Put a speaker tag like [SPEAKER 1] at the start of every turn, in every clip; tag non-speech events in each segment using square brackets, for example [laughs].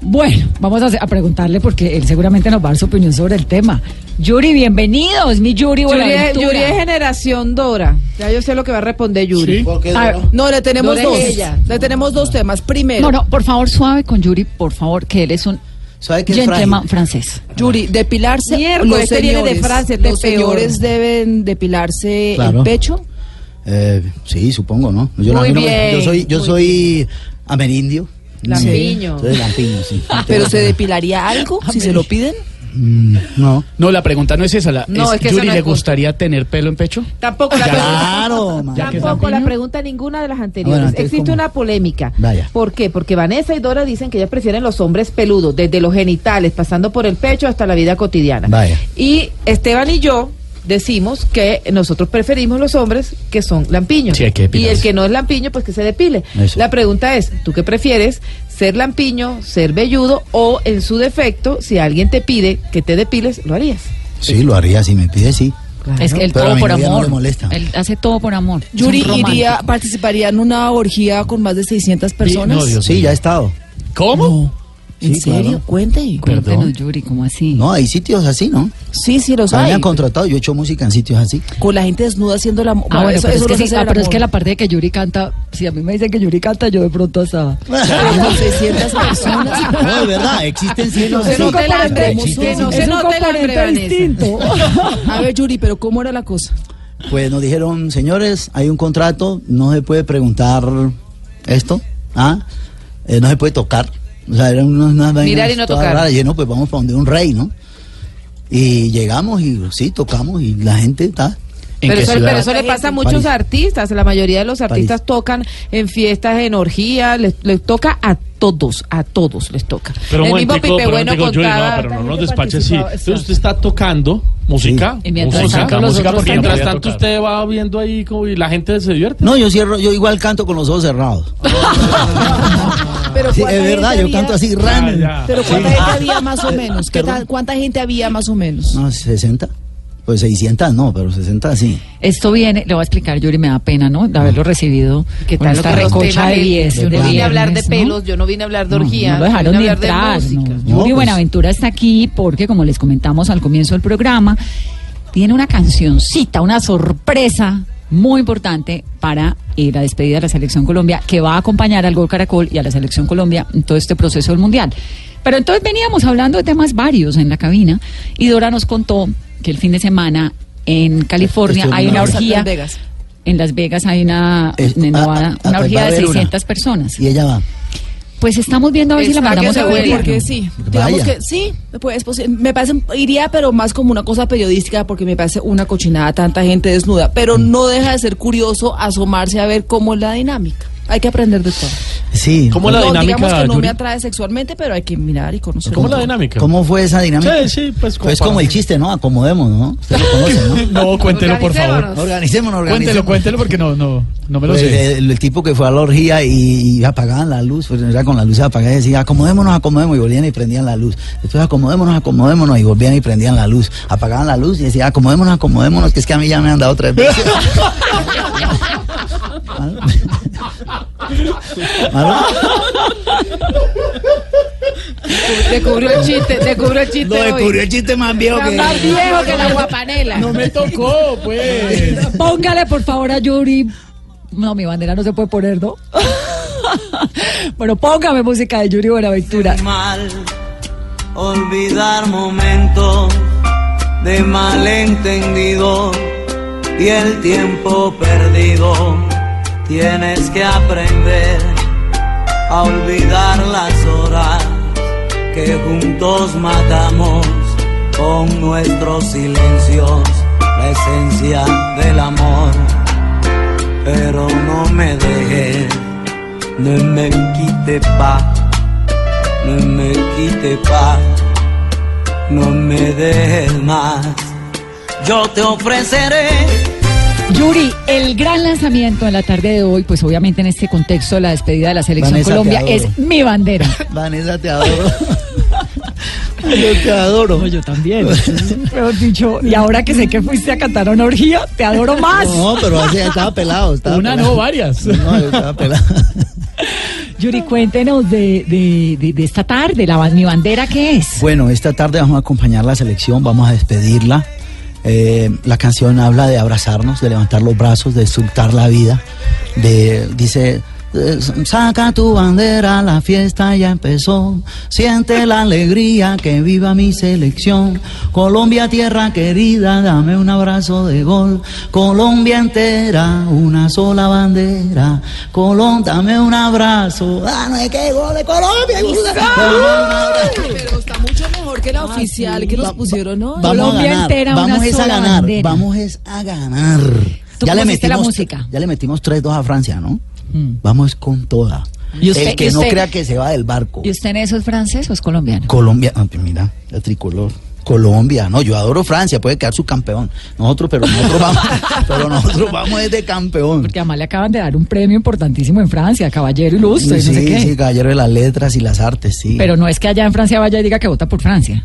[SPEAKER 1] Bueno, vamos a, hacer- a preguntarle porque él seguramente nos va a dar su opinión sobre el tema. Yuri, bienvenido. Es mi Yuri,
[SPEAKER 2] Yuri es,
[SPEAKER 1] Buenaventura.
[SPEAKER 2] Yuri es generación Dora. Ya yo sé lo que va a responder Yuri.
[SPEAKER 3] ¿Por qué
[SPEAKER 1] A ver,
[SPEAKER 3] Dora?
[SPEAKER 2] No, le tenemos
[SPEAKER 1] Dora es
[SPEAKER 2] dos.
[SPEAKER 1] ella.
[SPEAKER 2] Le tenemos dos temas. Primero,
[SPEAKER 4] No, no, por favor, suave con Yuri, por favor, que él es un
[SPEAKER 3] ¿Sabe qué es
[SPEAKER 4] gentleman
[SPEAKER 3] frágil?
[SPEAKER 4] francés.
[SPEAKER 2] Yuri, depilarse.
[SPEAKER 1] Miércoles,
[SPEAKER 2] los
[SPEAKER 1] este viene de
[SPEAKER 2] señores,
[SPEAKER 1] Francia, este
[SPEAKER 2] los
[SPEAKER 1] peor.
[SPEAKER 2] señores deben depilarse
[SPEAKER 3] Claro.
[SPEAKER 2] el pecho.
[SPEAKER 3] Eh, sí, supongo, ¿no? Yo,
[SPEAKER 2] Muy
[SPEAKER 3] a mí no me-
[SPEAKER 2] bien,
[SPEAKER 3] yo soy, yo
[SPEAKER 2] muy
[SPEAKER 3] soy amerindio.
[SPEAKER 2] Lampiño.
[SPEAKER 3] Sí, soy lampiño, sí.
[SPEAKER 2] [laughs] Pero se depilaría algo si se lo piden.
[SPEAKER 3] Mm, no.
[SPEAKER 5] No, la pregunta no es esa. La,
[SPEAKER 2] No,
[SPEAKER 5] es,
[SPEAKER 2] es que esa
[SPEAKER 5] ¿Yuri
[SPEAKER 2] no es
[SPEAKER 5] le
[SPEAKER 2] justa.
[SPEAKER 5] gustaría tener pelo en pecho?
[SPEAKER 2] Tampoco la
[SPEAKER 6] [laughs]
[SPEAKER 3] Claro, man.
[SPEAKER 5] Ya que
[SPEAKER 6] Tampoco
[SPEAKER 5] Zampiño.
[SPEAKER 6] la pregunta ninguna de las anteriores.
[SPEAKER 3] Ah, Bueno, entonces,
[SPEAKER 6] Existe
[SPEAKER 3] ¿cómo?
[SPEAKER 6] una polémica.
[SPEAKER 3] Vaya.
[SPEAKER 6] ¿Por qué? Porque Vanessa y Dora dicen que ellas prefieren los hombres peludos, desde los genitales, pasando por el pecho hasta la vida cotidiana.
[SPEAKER 3] Vaya.
[SPEAKER 6] Y Esteban y yo decimos que nosotros preferimos los hombres que son lampiños.
[SPEAKER 5] Sí, hay que
[SPEAKER 6] y
[SPEAKER 5] depilarse.
[SPEAKER 6] el que no es lampiño, pues que se depile.
[SPEAKER 3] Eso.
[SPEAKER 6] La pregunta es, ¿tú qué prefieres? ¿Ser lampiño, ser velludo o en su defecto, si alguien te pide que te depiles, lo harías?
[SPEAKER 3] Sí, lo haría si me pide, sí.
[SPEAKER 4] Es que él
[SPEAKER 3] Pero a
[SPEAKER 4] todo
[SPEAKER 3] mi
[SPEAKER 4] por
[SPEAKER 3] novia no
[SPEAKER 4] amor.
[SPEAKER 3] le molesta.
[SPEAKER 4] Él hace todo por amor. Es
[SPEAKER 2] Yuri
[SPEAKER 4] un romántico.
[SPEAKER 2] iría, participaría en una orgía con más de 600 personas.
[SPEAKER 5] No, Dios
[SPEAKER 3] Sí,
[SPEAKER 5] mío.
[SPEAKER 3] ya he estado.
[SPEAKER 5] ¿Cómo?
[SPEAKER 2] ¿En
[SPEAKER 3] Sí,
[SPEAKER 2] serio?
[SPEAKER 3] claro.
[SPEAKER 2] Cuente.
[SPEAKER 4] Cuéntenos,
[SPEAKER 3] Perdón.
[SPEAKER 4] Yuri, ¿cómo así? Ah,
[SPEAKER 3] No, hay sitios así, ¿no?
[SPEAKER 2] Sí, sí, los
[SPEAKER 3] A mí me
[SPEAKER 2] hay.
[SPEAKER 3] han contratado, yo he hecho música en sitios
[SPEAKER 2] [laughs]
[SPEAKER 3] así.
[SPEAKER 2] Con la gente desnuda haciendo la.
[SPEAKER 4] Ah, bueno,
[SPEAKER 2] eso-
[SPEAKER 4] pero,
[SPEAKER 2] eso
[SPEAKER 4] es
[SPEAKER 2] no
[SPEAKER 4] que
[SPEAKER 2] se
[SPEAKER 4] sí,
[SPEAKER 2] hace
[SPEAKER 4] ah,
[SPEAKER 2] el
[SPEAKER 4] pero es que
[SPEAKER 2] amor.
[SPEAKER 4] la parte de que Yuri canta, si a mí me dicen que Yuri canta, yo de pronto hasta...
[SPEAKER 2] Con 600 personas.
[SPEAKER 3] No, de verdad, existen sitios
[SPEAKER 2] se
[SPEAKER 3] así.
[SPEAKER 2] note el hambre,
[SPEAKER 4] Pues,
[SPEAKER 3] Existen
[SPEAKER 2] que no
[SPEAKER 3] sitios
[SPEAKER 2] se
[SPEAKER 1] es un
[SPEAKER 2] note el hambre,
[SPEAKER 1] componente
[SPEAKER 2] Vanessa.
[SPEAKER 1] distinto.
[SPEAKER 2] [laughs] A ver, Yuri, pero ¿cómo era la cosa?
[SPEAKER 3] Pues nos dijeron, señores, hay un contrato, no se puede preguntar esto, ¿ah? Eh, no se puede tocar. O sea, eran unas, unas
[SPEAKER 6] Mirar
[SPEAKER 3] vainas
[SPEAKER 6] y no
[SPEAKER 3] todas
[SPEAKER 6] tocar.
[SPEAKER 3] raras. Y yo, no, pues vamos para donde un rey, ¿no? Y llegamos y sí, tocamos y la gente está.
[SPEAKER 5] ¿En
[SPEAKER 6] Pero
[SPEAKER 5] qué
[SPEAKER 6] eso,
[SPEAKER 5] ciudad?
[SPEAKER 6] pero eso le pasa a muchos
[SPEAKER 3] París.
[SPEAKER 6] artistas. La mayoría de los artistas
[SPEAKER 3] París.
[SPEAKER 6] tocan en fiestas, en orgías. Les, les toca a todos, a todos les toca.
[SPEAKER 7] Pero un
[SPEAKER 6] el mismo Pipe
[SPEAKER 7] momentico, pero un
[SPEAKER 6] Bueno
[SPEAKER 7] momentico, Yuri,
[SPEAKER 6] contaba.
[SPEAKER 7] no, pero no nos despache así. Entonces usted está tocando música,
[SPEAKER 4] Y mientras
[SPEAKER 7] música,
[SPEAKER 4] tanto los
[SPEAKER 7] música,
[SPEAKER 4] otros
[SPEAKER 7] porque
[SPEAKER 4] están-
[SPEAKER 7] mientras
[SPEAKER 4] No
[SPEAKER 7] tanto usted va viendo ahí como y la gente se divierte.
[SPEAKER 3] No, yo cierro, yo igual canto con los ojos cerrados.
[SPEAKER 2] Pero
[SPEAKER 3] [laughs] Sí,
[SPEAKER 2] ¿cuánta
[SPEAKER 3] es
[SPEAKER 2] gente
[SPEAKER 3] verdad, yo
[SPEAKER 2] había? Ah,
[SPEAKER 3] canto así random.
[SPEAKER 7] ya.
[SPEAKER 2] Pero ¿cuánta gente había más o menos? ¿Qué
[SPEAKER 3] Perdón.
[SPEAKER 2] tal? ¿Cuánta gente había más o menos?
[SPEAKER 3] No, 60. Pues 600 no, pero 60 sí.
[SPEAKER 4] Esto viene, le voy a explicar, Yuri, me da pena, ¿no? De haberlo recibido
[SPEAKER 6] ¿Qué
[SPEAKER 4] con
[SPEAKER 6] tal
[SPEAKER 4] esta
[SPEAKER 6] lo que los
[SPEAKER 4] recocha
[SPEAKER 6] temas
[SPEAKER 4] de
[SPEAKER 6] de-
[SPEAKER 4] 10.
[SPEAKER 6] Yo
[SPEAKER 4] de
[SPEAKER 6] no vine a hablar de
[SPEAKER 4] viernes, ¿no?
[SPEAKER 6] pelos, yo no vine a hablar de
[SPEAKER 4] No,
[SPEAKER 6] orgías,
[SPEAKER 4] no lo dejaron
[SPEAKER 6] yo
[SPEAKER 4] ni
[SPEAKER 6] vine a hablar
[SPEAKER 4] entrar.
[SPEAKER 6] de música.
[SPEAKER 4] no.
[SPEAKER 3] No,
[SPEAKER 4] Yuri
[SPEAKER 3] pues.
[SPEAKER 4] Buenaventura está aquí porque, como les comentamos al comienzo del programa, tiene una cancioncita, una sorpresa muy importante para eh, la despedida de la Selección Colombia que va a acompañar al Gol Caracol y a la Selección Colombia en todo este proceso del Mundial. Pero entonces veníamos hablando de temas varios en la cabina y Dora nos contó que el fin de semana en California
[SPEAKER 3] Estoy
[SPEAKER 4] hay
[SPEAKER 3] en
[SPEAKER 4] una
[SPEAKER 3] una orgía.
[SPEAKER 4] orgía.
[SPEAKER 2] Las Vegas.
[SPEAKER 4] En Las Vegas hay una,
[SPEAKER 3] Es-
[SPEAKER 4] en Nevada,
[SPEAKER 3] ah, ah,
[SPEAKER 4] una
[SPEAKER 3] ah, va
[SPEAKER 4] orgía
[SPEAKER 3] a
[SPEAKER 4] de
[SPEAKER 3] haber una.
[SPEAKER 4] 600 personas.
[SPEAKER 3] Y ella va.
[SPEAKER 4] Pues estamos viendo a ver si la
[SPEAKER 2] Está que
[SPEAKER 4] mandamos
[SPEAKER 2] se
[SPEAKER 4] a
[SPEAKER 2] ve,
[SPEAKER 4] Bolivia.
[SPEAKER 2] Porque sí, digamos
[SPEAKER 3] Vaya.
[SPEAKER 2] que sí, pues, es posi- me parece, iría pero más como una cosa periodística porque me parece una cochinada tanta gente desnuda, pero
[SPEAKER 7] Mm.
[SPEAKER 2] no deja de ser curioso asomarse a ver cómo es la dinámica. Hay que aprender de todo.
[SPEAKER 3] Sí.
[SPEAKER 7] ¿Cómo la
[SPEAKER 2] no,
[SPEAKER 7] dinámica,
[SPEAKER 2] digamos que no
[SPEAKER 7] Yuri?
[SPEAKER 2] me atrae sexualmente, pero hay que mirar y conocer.
[SPEAKER 7] ¿Cómo
[SPEAKER 2] un
[SPEAKER 7] la
[SPEAKER 2] poco.
[SPEAKER 7] dinámica?
[SPEAKER 3] ¿Cómo fue esa dinámica?
[SPEAKER 7] Sí, sí, pues, como
[SPEAKER 3] Pues como
[SPEAKER 7] para-
[SPEAKER 3] el chiste, ¿no? Acomodemos, ¿no? Usted lo conoce,
[SPEAKER 4] [laughs]
[SPEAKER 3] ¿no?
[SPEAKER 5] No, Oh, cuéntelo, por favor.
[SPEAKER 6] Organicémonos.
[SPEAKER 3] Organicémonos,
[SPEAKER 5] Cuéntelo,
[SPEAKER 3] organicémonos.
[SPEAKER 5] cuéntelo, porque no, no, no me lo
[SPEAKER 3] Pues,
[SPEAKER 5] sé.
[SPEAKER 3] el, el tipo que fue a la orgía y, y apagaban la luz, pues, era con la luz apagada y decía, acomodémonos, acomodémonos, y volvían y prendían la luz. Después, acomodémonos, acomodémonos, y volvían y prendían la luz. Apagaban la luz y decía, acomodémonos, acomodémonos, que es que a mí ya me han dado
[SPEAKER 4] [laughs]
[SPEAKER 3] tres veces. ¿Malo? ¿Malo?
[SPEAKER 4] Ah,
[SPEAKER 6] Descubrió el chiste,
[SPEAKER 7] [laughs]
[SPEAKER 6] descubrió
[SPEAKER 3] [laughs]
[SPEAKER 6] el chiste.
[SPEAKER 3] Lo descubrió el chiste más viejo
[SPEAKER 6] Está
[SPEAKER 3] que...
[SPEAKER 6] más viejo que la guapanela.
[SPEAKER 5] me tocó,
[SPEAKER 3] [laughs]
[SPEAKER 5] pues.
[SPEAKER 4] Póngale por favor a Yuri. No, mi bandera no se puede poner, ¿no? [laughs] bueno, póngame música de Yuri Buenaventura.
[SPEAKER 8] mal olvidar momentos de malentendido y el tiempo perdido. Tienes que aprender a olvidar las horas que juntos matamos con nuestros silencios, la esencia del amor. Pero no me dejes, no me quite paz no me quite paz, no me dejes más. Yo te ofreceré
[SPEAKER 4] Yuri, el gran lanzamiento en la tarde de hoy, pues obviamente en este contexto de la despedida de la Selección
[SPEAKER 3] Vanessa, te
[SPEAKER 4] Colombia,
[SPEAKER 3] adoro.
[SPEAKER 4] es mi
[SPEAKER 3] [laughs]
[SPEAKER 4] bandera.
[SPEAKER 3] Vanessa, te adoro. [laughs] Yo te adoro.
[SPEAKER 4] yo también. Pero dicho, y ahora que sé que fuiste a cantar a una orgía, te adoro más.
[SPEAKER 3] No, pero así estaba pelado. Estaba
[SPEAKER 5] Una,
[SPEAKER 3] pelado.
[SPEAKER 5] no, varias.
[SPEAKER 3] No, yo estaba pelado.
[SPEAKER 4] Yuri, cuéntenos de, de, de- de esta tarde, la, ba- mi bandera, ¿qué es?
[SPEAKER 3] Bueno, esta tarde vamos a acompañar la selección, vamos a despedirla. Eh, la canción habla de abrazarnos, de levantar los brazos, de exultar la vida. De, dice, eh, saca tu bandera, la fiesta ya empezó. Siente la alegría, que viva mi selección. Colombia, tierra querida, dame un abrazo de gol. Colombia entera, una sola bandera. Colón, dame un abrazo. Ah, no es que gol de Colombia. Dame un abrazo.
[SPEAKER 2] Pero está mucho mejor que
[SPEAKER 6] Ah,
[SPEAKER 2] la oficial que nos pusieron hoy.
[SPEAKER 3] Vamos a
[SPEAKER 4] Colombia
[SPEAKER 3] ganar,
[SPEAKER 4] entera,
[SPEAKER 3] vamos
[SPEAKER 4] una
[SPEAKER 3] es a
[SPEAKER 4] sola
[SPEAKER 3] ganar,
[SPEAKER 4] bandera.
[SPEAKER 3] vamos es a ganar.
[SPEAKER 4] Tú pusiste la música.
[SPEAKER 3] Ya le metimos 3-2 a Francia, ¿no? Vamos con toda.
[SPEAKER 4] Y usted-
[SPEAKER 3] El que
[SPEAKER 4] y
[SPEAKER 3] no
[SPEAKER 4] usted-
[SPEAKER 3] crea que se va del barco.
[SPEAKER 4] ¿Y usted en eso es francés o es colombiano?
[SPEAKER 3] Colombia, ah, pues mira, el tricolor. Colombia, no, yo adoro Francia, puede quedar su campeón. Nosotros, pero
[SPEAKER 4] [laughs]
[SPEAKER 3] nosotros vamos, pero nosotros vamos es de campeón.
[SPEAKER 4] Porque además le acaban de dar un premio importantísimo en Francia, caballero ilustre,
[SPEAKER 3] sí,
[SPEAKER 4] no sé qué.
[SPEAKER 3] sí, caballero de las letras y las artes, sí.
[SPEAKER 4] Pero no es que allá en Francia vaya y diga que vota por Francia,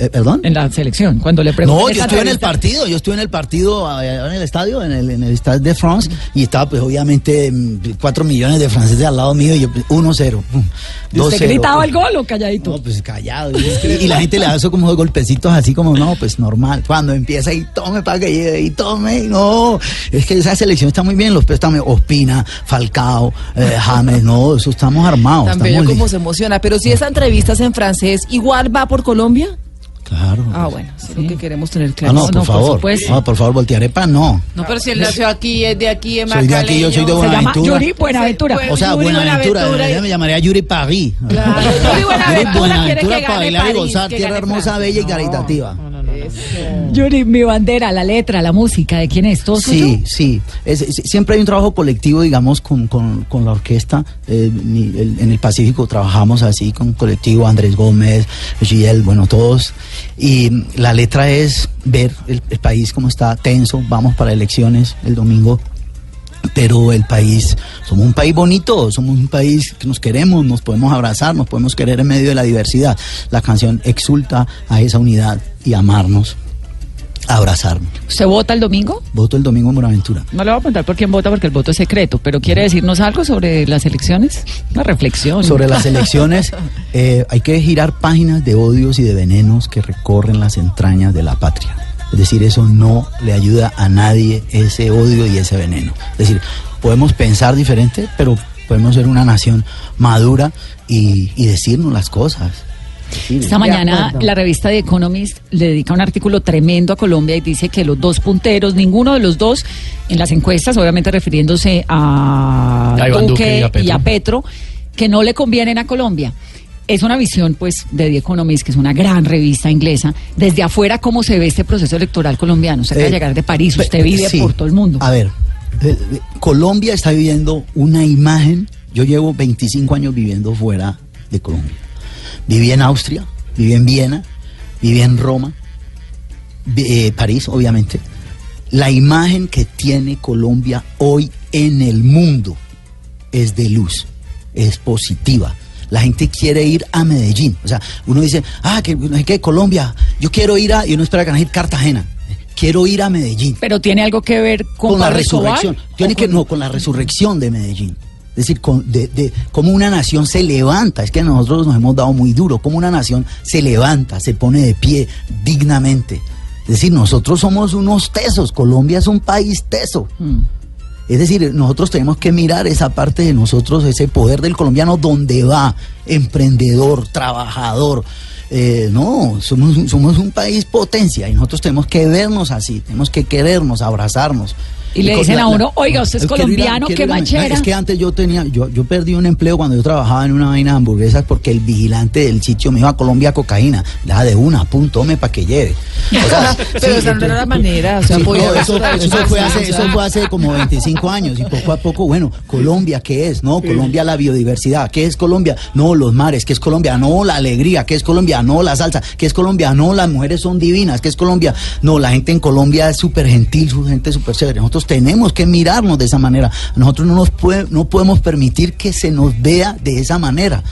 [SPEAKER 3] Eh, ¿Perdón?
[SPEAKER 4] en la selección. Cuando le preguntan.
[SPEAKER 3] No, yo
[SPEAKER 4] esa
[SPEAKER 3] estuve en el
[SPEAKER 4] entrevista-
[SPEAKER 3] partido, yo estuve en el partido, eh, en el estadio, en el, en el Stade de France, y estaba pues obviamente mm, cuatro millones de franceses al lado mío, y yo 1-0, pum,
[SPEAKER 4] ¿Y ¿Usted
[SPEAKER 3] 2-0,
[SPEAKER 4] gritaba
[SPEAKER 3] pum.
[SPEAKER 4] el gol o calladito?
[SPEAKER 3] No,
[SPEAKER 4] [laughs]
[SPEAKER 3] pues callado. Y, y la gente le da eso como dos golpecitos así como, no, pues normal. Cuando empieza y tome para que lleve y tome, y no. Es que esa selección está muy bien, los peos también, Ospina, Falcao, eh, James, no, eso estamos armados.
[SPEAKER 2] Tan
[SPEAKER 3] estamos
[SPEAKER 2] bello como
[SPEAKER 3] listos.
[SPEAKER 2] se emociona. Pero si esa entrevista es en francés, ¿igual va por Colombia?
[SPEAKER 3] Claro.
[SPEAKER 2] Ah,
[SPEAKER 3] pues.
[SPEAKER 2] bueno, eso es lo que queremos tener
[SPEAKER 3] Ah,
[SPEAKER 2] claro.
[SPEAKER 3] no, por
[SPEAKER 4] no, por
[SPEAKER 3] favor.
[SPEAKER 4] supuesto.
[SPEAKER 3] no, por favor, voltearepa, no.
[SPEAKER 6] No, pero si él nació aquí, es de aquí, es
[SPEAKER 3] Pues, Soy de aquí, yo soy de
[SPEAKER 4] Se
[SPEAKER 6] macaleño.
[SPEAKER 4] llama
[SPEAKER 3] Buenaventura.
[SPEAKER 4] Yuri Buenaventura.
[SPEAKER 6] Sí,
[SPEAKER 3] O sea,
[SPEAKER 6] Yuri
[SPEAKER 3] Buenaventura,
[SPEAKER 6] Buenaventura
[SPEAKER 3] debería
[SPEAKER 6] y-
[SPEAKER 3] me llamaría Yuri París.
[SPEAKER 6] Claro. Yuri Buenaventura quiere que
[SPEAKER 3] para
[SPEAKER 6] gane
[SPEAKER 3] bailar y
[SPEAKER 6] París,
[SPEAKER 3] gozar,
[SPEAKER 6] que
[SPEAKER 3] tierra
[SPEAKER 6] gane
[SPEAKER 3] hermosa,
[SPEAKER 6] Francia.
[SPEAKER 3] bella y caritativa.
[SPEAKER 4] Yuri, mi bandera, la letra, la música, ¿de quién es? ¿Todo
[SPEAKER 3] Sí,
[SPEAKER 4] suyo?
[SPEAKER 3] sí. Es- es- siempre hay un trabajo colectivo, digamos, con, con- con la orquesta. Eh, ni- el- en el Pacífico trabajamos así con colectivo Andrés Gómez, Giel, bueno, todos. Y mm, la letra es ver el, el país como está tenso. Vamos para elecciones el domingo. Pero el país, somos un país bonito, somos un país que nos queremos, nos podemos abrazar, nos podemos querer en medio de la diversidad. La canción exulta a esa unidad y amarnos, abrazarnos.
[SPEAKER 4] ¿Usted vota el domingo?
[SPEAKER 3] Voto el domingo en Buenaventura.
[SPEAKER 4] No le voy a preguntar por quién vota porque el voto es secreto, pero ¿quiere decirnos algo sobre las elecciones? Una reflexión.
[SPEAKER 3] Sobre las elecciones, eh, hay que girar páginas de odios y de venenos que recorren las entrañas de la patria. Es decir, eso no le ayuda a nadie ese odio y ese veneno. Es decir, podemos pensar diferente, pero podemos ser una nación madura y, y decirnos las cosas. Decir,
[SPEAKER 4] Esta mañana la revista The Economist le dedica un artículo tremendo a Colombia y dice que los dos punteros, ninguno de los dos en las encuestas, obviamente refiriéndose a,
[SPEAKER 7] A Iván Duque y a Petro.
[SPEAKER 4] y a Petro, que no le convienen a Colombia. Es una visión, pues, de The Economist, que es una gran revista inglesa. Desde afuera, ¿cómo se ve este proceso electoral colombiano? Usted acaba
[SPEAKER 3] Eh,
[SPEAKER 4] de llegar de París,
[SPEAKER 3] pe-
[SPEAKER 4] usted vive
[SPEAKER 3] sí.
[SPEAKER 4] por todo el mundo.
[SPEAKER 3] A ver, eh, eh, Colombia está viviendo una imagen. Yo llevo 25 años viviendo fuera de Colombia. Viví en Austria, viví en Viena, viví en Roma, vi- eh, París, obviamente. La imagen que tiene Colombia hoy en el mundo es de luz, es positiva. La gente quiere ir a Medellín. O sea, uno dice, ah, que no sé qué, Colombia, yo quiero ir a, y uno espera que no Cartagena, quiero ir a Medellín
[SPEAKER 4] Pero tiene algo que ver con,
[SPEAKER 3] con, la
[SPEAKER 4] Pablo Escobar
[SPEAKER 3] resurrección.
[SPEAKER 4] o
[SPEAKER 3] Tiene que
[SPEAKER 4] con-
[SPEAKER 3] no con la resurrección de Medellín. Es decir, con, de, de- cómo una nación se levanta, es que nosotros nos hemos dado muy duro, cómo una nación se levanta, se pone de pie dignamente. Es decir, nosotros somos unos tesos, Colombia es un país teso.
[SPEAKER 4] Mm.
[SPEAKER 3] Es decir, nosotros tenemos que mirar esa parte de nosotros, ese poder del colombiano, donde va, emprendedor, trabajador. Eh, no, somos, un- somos un país potencia y nosotros tenemos que vernos así, tenemos que querernos, abrazarnos.
[SPEAKER 4] Y le
[SPEAKER 3] con
[SPEAKER 4] dicen
[SPEAKER 3] la-
[SPEAKER 4] a uno,
[SPEAKER 3] la-
[SPEAKER 4] "Oiga, usted es
[SPEAKER 3] quiero ir a-
[SPEAKER 4] colombiano,
[SPEAKER 3] quiero
[SPEAKER 4] qué
[SPEAKER 3] ir a-
[SPEAKER 4] machera".
[SPEAKER 3] Es que antes yo tenía, yo, yo perdí un empleo cuando yo trabajaba en una vaina de hamburguesas porque el vigilante del sitio me dijo a Colombia cocaína, la de una, pum, tome para que lleve.
[SPEAKER 4] [laughs]
[SPEAKER 3] O sea,
[SPEAKER 2] Pero
[SPEAKER 3] sí,
[SPEAKER 2] esa no era la manera, o sea,
[SPEAKER 3] Sí,
[SPEAKER 2] podía
[SPEAKER 3] no,
[SPEAKER 2] haber
[SPEAKER 3] eso,
[SPEAKER 2] otra
[SPEAKER 3] eso fue hace,
[SPEAKER 2] cosa.
[SPEAKER 3] eso
[SPEAKER 2] [laughs]
[SPEAKER 3] fue hace como 25 años y poco a poco, bueno, Colombia, ¿qué es? No, Colombia, la biodiversidad, ¿qué es Colombia? No, los mares, ¿qué es Colombia? No, la alegría, ¿qué es Colombia? No, la salsa, ¿qué es Colombia? No, las mujeres son divinas, ¿qué es Colombia? No, la gente en Colombia es súper gentil, su gente es súper chévere. Nosotros tenemos que mirarnos de esa manera. Nosotros no, nos pue- no podemos permitir que se nos vea de esa manera.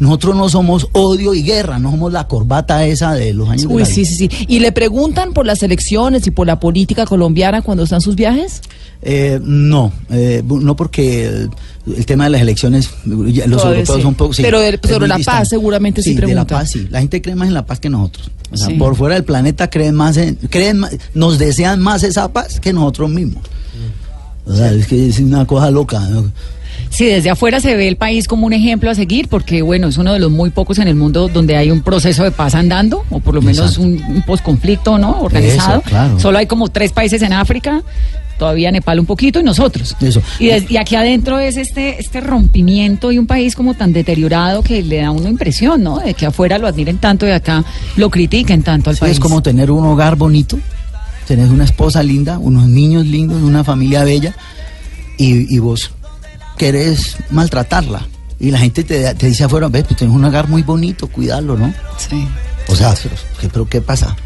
[SPEAKER 3] Nosotros no somos odio y guerra, no somos la corbata esa de los años de
[SPEAKER 2] Uy,
[SPEAKER 3] la
[SPEAKER 2] sí, sí, sí. ¿Y le preguntan por las elecciones y por la política colombiana cuando están sus viajes?
[SPEAKER 3] Eh, no, eh, bu- no porque el, el tema de las elecciones, ya los
[SPEAKER 2] Todavía
[SPEAKER 3] europeos
[SPEAKER 2] sí.
[SPEAKER 3] son poco. sí,
[SPEAKER 2] Pero del-
[SPEAKER 3] es muy
[SPEAKER 2] sobre la paz
[SPEAKER 3] distante.
[SPEAKER 2] seguramente sí
[SPEAKER 3] De la
[SPEAKER 2] preguntan.
[SPEAKER 3] paz sí. La gente cree más en la paz que nosotros. O sea,
[SPEAKER 2] Sí.
[SPEAKER 3] Por fuera del planeta creen más, en- creen más- nos desean más esa paz que nosotros mismos. O sea, es que es una cosa loca. ¿no?
[SPEAKER 4] Si desde afuera se ve el país como un ejemplo a seguir, porque bueno, es uno de los muy pocos en el mundo donde hay un proceso de paz andando, o por lo menos
[SPEAKER 3] Exacto.
[SPEAKER 4] un, un posconflicto, ¿no? Organizado.
[SPEAKER 3] Eso, claro.
[SPEAKER 4] Solo hay como tres países en África, todavía Nepal un poquito y nosotros.
[SPEAKER 3] Eso.
[SPEAKER 4] Y, des- y aquí adentro es este, este rompimiento y un país como tan deteriorado que le da a uno impresión, ¿no? De que afuera lo admiren tanto y acá lo critiquen tanto al
[SPEAKER 3] Sí,
[SPEAKER 4] país.
[SPEAKER 3] Es como tener un hogar bonito, tener una esposa linda, unos niños lindos, una familia bella, y, y vos querés maltratarla. Y la gente te, te dice afuera, ves, pues tienes un hogar muy bonito, cuidarlo, ¿no?
[SPEAKER 4] Sí.
[SPEAKER 3] O sea, pero, ¿qué- pero ¿qué pasa?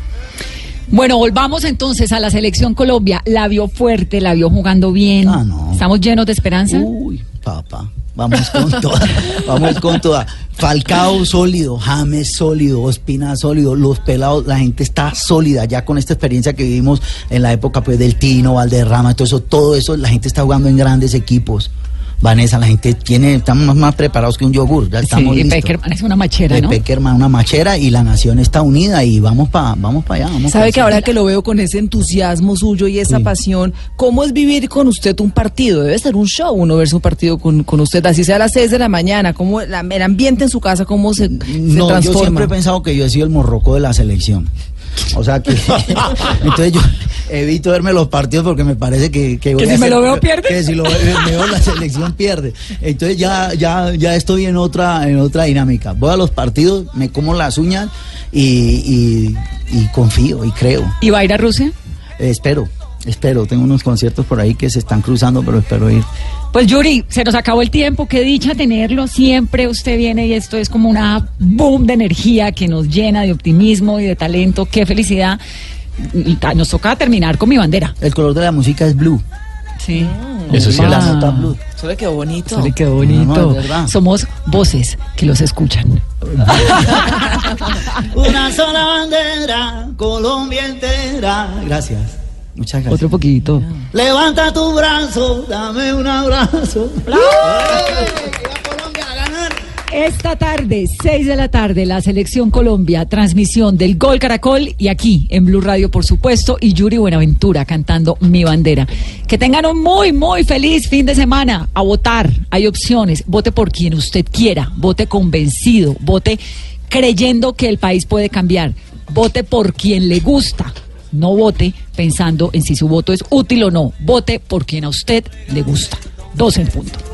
[SPEAKER 4] Bueno, volvamos entonces a la selección Colombia. La vio fuerte, la vio jugando bien.
[SPEAKER 3] Ah, no.
[SPEAKER 4] Estamos llenos de esperanza.
[SPEAKER 3] Uy, papá. Vamos con [laughs] toda, vamos con toda. Falcao sólido, James sólido, Ospina sólido, los pelados, la gente está sólida ya con esta experiencia que vivimos en la época pues del Tino, Valderrama, todo eso, todo eso, la gente está jugando en grandes equipos. Vanessa, la gente tiene, estamos más- más preparados que un yogur, ya estamos
[SPEAKER 4] sí, y
[SPEAKER 3] listos.
[SPEAKER 4] Peckerman es una machera,
[SPEAKER 3] De
[SPEAKER 4] ¿no?
[SPEAKER 3] Peckerman, una machera y la nación está unida y vamos para vamos pa allá. Vamos
[SPEAKER 2] Sabe
[SPEAKER 3] pa'
[SPEAKER 2] que
[SPEAKER 3] allá.
[SPEAKER 2] ahora que lo veo con ese entusiasmo suyo y esa
[SPEAKER 3] Sí.
[SPEAKER 2] pasión, ¿cómo es vivir con usted un partido? Debe ser un show uno verse un partido con, con usted, así sea a las 6 de la mañana, ¿cómo la- el ambiente en su casa, cómo se, se
[SPEAKER 3] No, yo
[SPEAKER 2] transforma?
[SPEAKER 3] siempre he pensado que yo he sido el morroco de la selección. O sea que.
[SPEAKER 1] [laughs]
[SPEAKER 3] entonces yo evito verme los partidos porque me parece que. Que, voy
[SPEAKER 1] si
[SPEAKER 3] a
[SPEAKER 1] me
[SPEAKER 3] ser-
[SPEAKER 1] lo veo, pierde.
[SPEAKER 3] Que si lo veo, me veo, la selección pierde. Entonces ya, ya, ya estoy en otra, en otra dinámica. Voy a los partidos, me como las uñas y, y- y confío y creo.
[SPEAKER 4] ¿Y va a ir a Rusia?
[SPEAKER 3] Eh, espero, espero. Tengo unos conciertos por ahí que se están cruzando, pero espero ir.
[SPEAKER 4] Pues Yuri, se nos acabó el tiempo, qué dicha tenerlo. Siempre usted viene y esto es como una boom de energía que nos llena de optimismo y de talento. Qué felicidad. Y ta- Nos toca terminar con mi bandera.
[SPEAKER 3] El color de la música es blue.
[SPEAKER 4] Sí.
[SPEAKER 7] Eso sí Ah.
[SPEAKER 3] La
[SPEAKER 7] es.
[SPEAKER 3] nota blue.
[SPEAKER 2] Eso le quedó bonito.
[SPEAKER 4] Sale, qué bonito.
[SPEAKER 3] bonito. verdad.
[SPEAKER 4] Somos voces que los escuchan.
[SPEAKER 3] Una sola bandera, Colombia entera. Gracias. Muchas gracias.
[SPEAKER 4] Otro poquito.
[SPEAKER 3] Levanta tu brazo, dame un abrazo.
[SPEAKER 4] Esta tarde, 6 de la tarde, la Selección Colombia, transmisión del Gol Caracol y aquí en Blue Radio, por supuesto, y Yuri Buenaventura cantando Mi Bandera. Que tengan un muy, muy feliz fin de semana. A votar, hay opciones. Vote por quien usted quiera, vote convencido, vote creyendo que el país puede cambiar, vote por quien le gusta. No vote pensando en si su voto es útil o no. Vote por quien a usted le gusta. Dos en punto.